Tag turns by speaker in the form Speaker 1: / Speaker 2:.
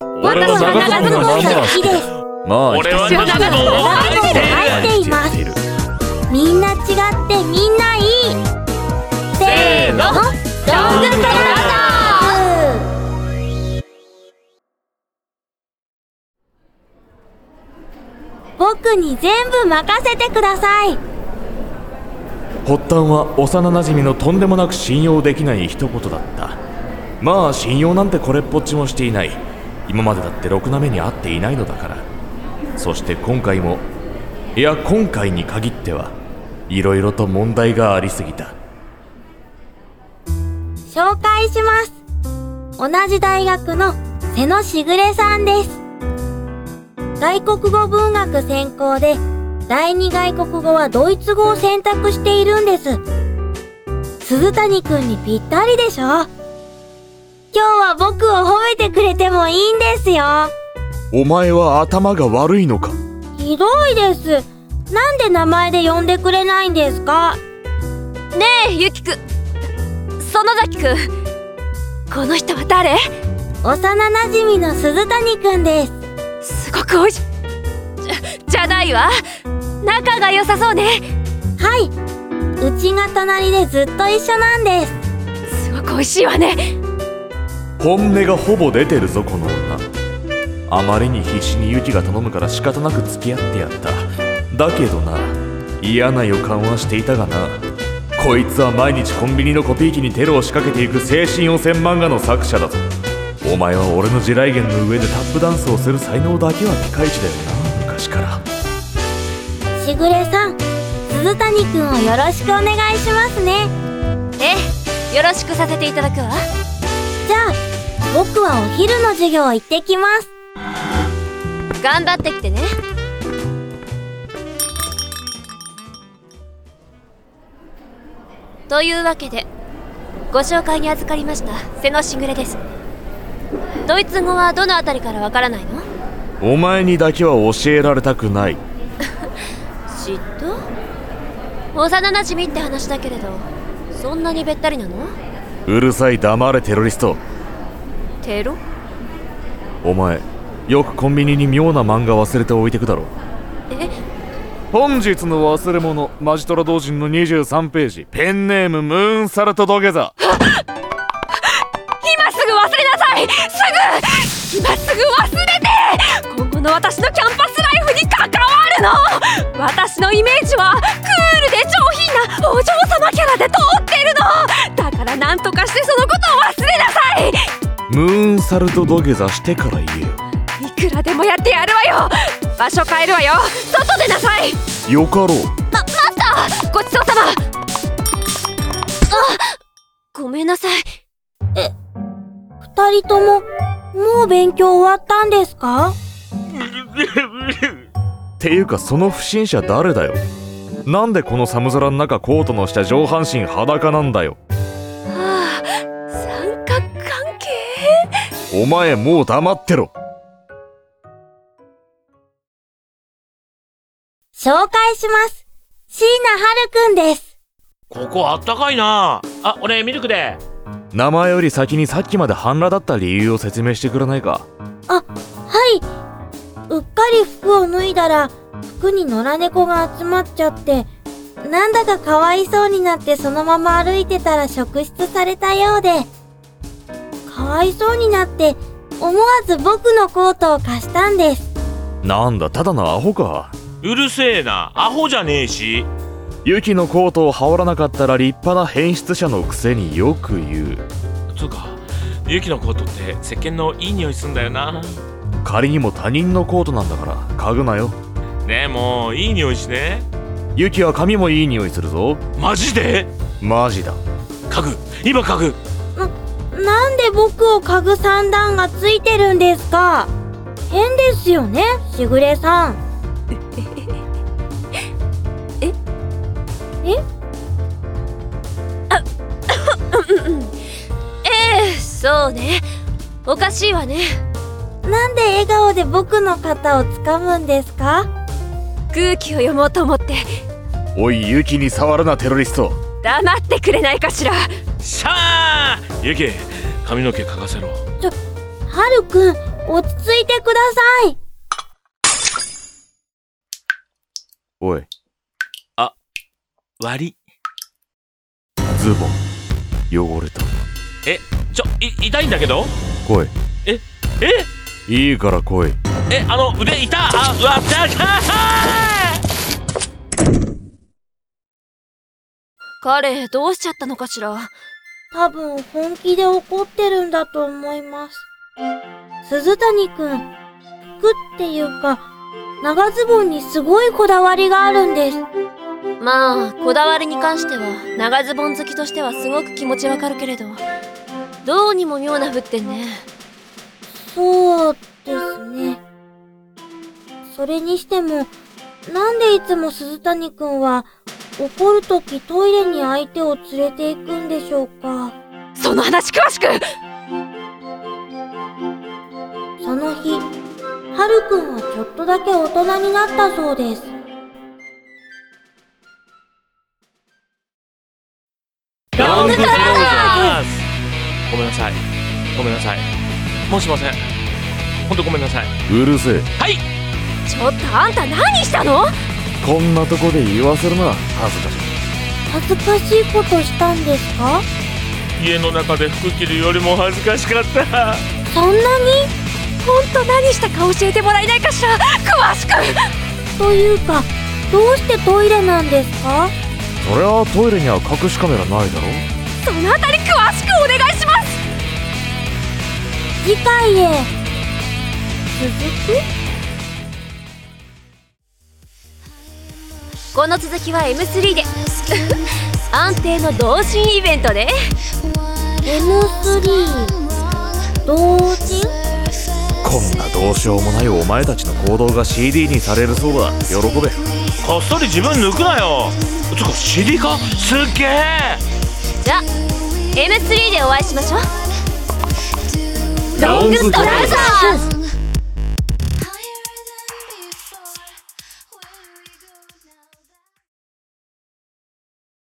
Speaker 1: 俺は長友のまん
Speaker 2: 好
Speaker 1: ま
Speaker 2: きです
Speaker 1: まあ
Speaker 3: 俺は
Speaker 2: 私は長友を愛してる
Speaker 3: 愛
Speaker 2: 愛しています
Speaker 1: る
Speaker 2: みんな違ってみんないい
Speaker 3: せーの
Speaker 2: ロングセランド僕に全部任せてください
Speaker 1: 発端は幼馴染のとんでもなく信用できない一言だったまあ信用なんてこれっぽっちもしていない今までだってろくな目に遭っていないのだからそして今回もいや今回に限ってはいろいろと問題がありすぎた
Speaker 2: 紹介します同じ大学の瀬野しぐれさんです外国語文学専攻で第二外国語はドイツ語を選択しているんです鈴谷くんにぴったりでしょ今日は僕を褒めてくれてもいいんですよ
Speaker 1: お前は頭が悪いのか
Speaker 2: ひどいですなんで名前で呼んでくれないんですか
Speaker 4: ねえゆきく園崎くんこの人は誰
Speaker 2: 幼馴染の鈴谷くんです
Speaker 4: すごくおいしじゃじゃないわ仲が良さそうね
Speaker 2: はいうちが隣でずっと一緒なんです
Speaker 4: すごくおいしいわね
Speaker 1: 本音がほぼ出てるぞこの女あまりに必死にユキが頼むから仕方なく付き合ってやっただけどな嫌な予感はしていたがなこいつは毎日コンビニのコピー機にテロを仕掛けていく精神汚染漫画の作者だぞお前は俺の地雷原の上でタップダンスをする才能だけはピカイチだよな昔から
Speaker 2: しぐれさん鈴谷くんをよろしくお願いしますね
Speaker 4: ええよろしくさせていただく
Speaker 2: じ
Speaker 4: わ
Speaker 2: ゃあ僕はお昼の授業行ってきます
Speaker 4: 頑張ってきてねというわけでご紹介に預かりました瀬野しぐれですドイツ語はどのあたりからわからないの
Speaker 1: お前にだけは教えられたくない
Speaker 4: 嫉妬幼なじみって話だけれどそんなにべったりなの
Speaker 1: うるさい黙れテロリスト
Speaker 4: テロ
Speaker 1: お前よくコンビニに妙な漫画忘れておいてくだろ
Speaker 4: え
Speaker 1: 本日の忘れ物マジトラ同人の23ページペンネームムーンサルト土下座
Speaker 4: 今すぐ忘れなさいすぐ今すぐ忘れて今後の私のキャンパスライフに関わるの私のイメージはクールで上品なお嬢様キャラで通ってるのだから何とかしてそのことを忘れなさい
Speaker 1: ムーンサルト土下座してから言えよ
Speaker 4: いくらでもやってやるわよ場所変えるわよ外でなさい
Speaker 1: よかろう
Speaker 4: ま、マスターごちそうさまあごめんなさい
Speaker 2: 二人とももう勉強終わったんですか
Speaker 1: ていうかその不審者誰だよなんでこの寒空の中コートの下上半身裸なんだよ
Speaker 4: はあ三角関係
Speaker 1: お前もう黙ってろ
Speaker 2: 紹介します椎名春くんです
Speaker 3: ここあったかいなあ俺ミルクで
Speaker 1: 名前より先にさっきまで半裸だった理由を説明してくれないか
Speaker 2: はいうっかり服を脱いだら服に野良猫が集まっちゃってなんだかかわいそうになってそのまま歩いてたら職質されたようでかわいそうになって思わず僕のコートを貸したんです
Speaker 1: なんだただのアホか
Speaker 3: うるせえなアホじゃねえし
Speaker 1: ユキのコートを羽織らなかったら立派な変質者のくせによく言う
Speaker 3: そうかユキのコートって石鹸のいい匂いすんだよな
Speaker 1: 仮にも他人のコートなんだから嗅ぐなよ
Speaker 3: ねえもういい匂いしね
Speaker 1: ユキは髪もいい匂いするぞ
Speaker 3: マジで
Speaker 1: マジだ
Speaker 3: 家具今家具
Speaker 2: なんで僕を嗅ぐ三段がついてるんですか変ですよねしぐれさん
Speaker 4: え
Speaker 2: え
Speaker 4: ええそうねおかしいわね
Speaker 2: なんで笑顔で僕の肩を掴むんですか
Speaker 4: 空気を読もうと思って
Speaker 1: おいユキに触るなテロリスト
Speaker 4: 黙ってくれないかしら
Speaker 3: しゃあユキ髪の毛嗅がせろ
Speaker 2: はるくん落ち着いてください。
Speaker 1: おい
Speaker 3: 割
Speaker 1: ズボン汚れた
Speaker 3: りえちょい痛いんだけど
Speaker 1: 来い
Speaker 3: ええ
Speaker 1: いいから来い
Speaker 3: えあの腕痛あうわ痛い
Speaker 4: 彼どうしちゃったのかしら
Speaker 2: 多分本気で怒ってるんだと思います。鈴谷くん、服っていうか、長ズボンにすごいこだわりがあるんです。
Speaker 4: まあこだわりに関しては長ズボン好きとしてはすごく気持ちわかるけれどどうにも妙なふってんね
Speaker 2: そうですね。それにしても、なんでいつも鈴谷くんは怒るときトイレに相手を連れて行くんでしょうか。
Speaker 4: その話詳しく
Speaker 2: その日、はるくんはちょっとだけ大人になったそうです。
Speaker 3: ロングトラーごめんなさいごめんなさいもうしませんほんとごめんなさいう
Speaker 1: るせえ
Speaker 3: はい
Speaker 4: ちょっとあんた何したの
Speaker 1: こんなとこで言わせるな恥ずかしい
Speaker 2: 恥ずかしいことしたんですか
Speaker 3: 家の中で服着るよりも恥ずかしかった
Speaker 2: そんなに
Speaker 4: ほんと何したか教えてもらえないかしら詳しく
Speaker 2: というか、どうしてトイレなんですか
Speaker 1: そりゃあトイレには隠しカメラないだろ
Speaker 4: そのあたり詳しくお願いします
Speaker 2: 次回へ。続く
Speaker 4: この続きは M3 で安定の同心イベントで
Speaker 2: M3 同人
Speaker 1: こんなどうしようもないお前たちの行動が CD にされるそうだ喜べ
Speaker 3: こっそり自分抜くなよつうか CD かすっげえ
Speaker 4: じゃあ M3 でお会いしましょう
Speaker 1: ロングトラウザ
Speaker 4: ーズ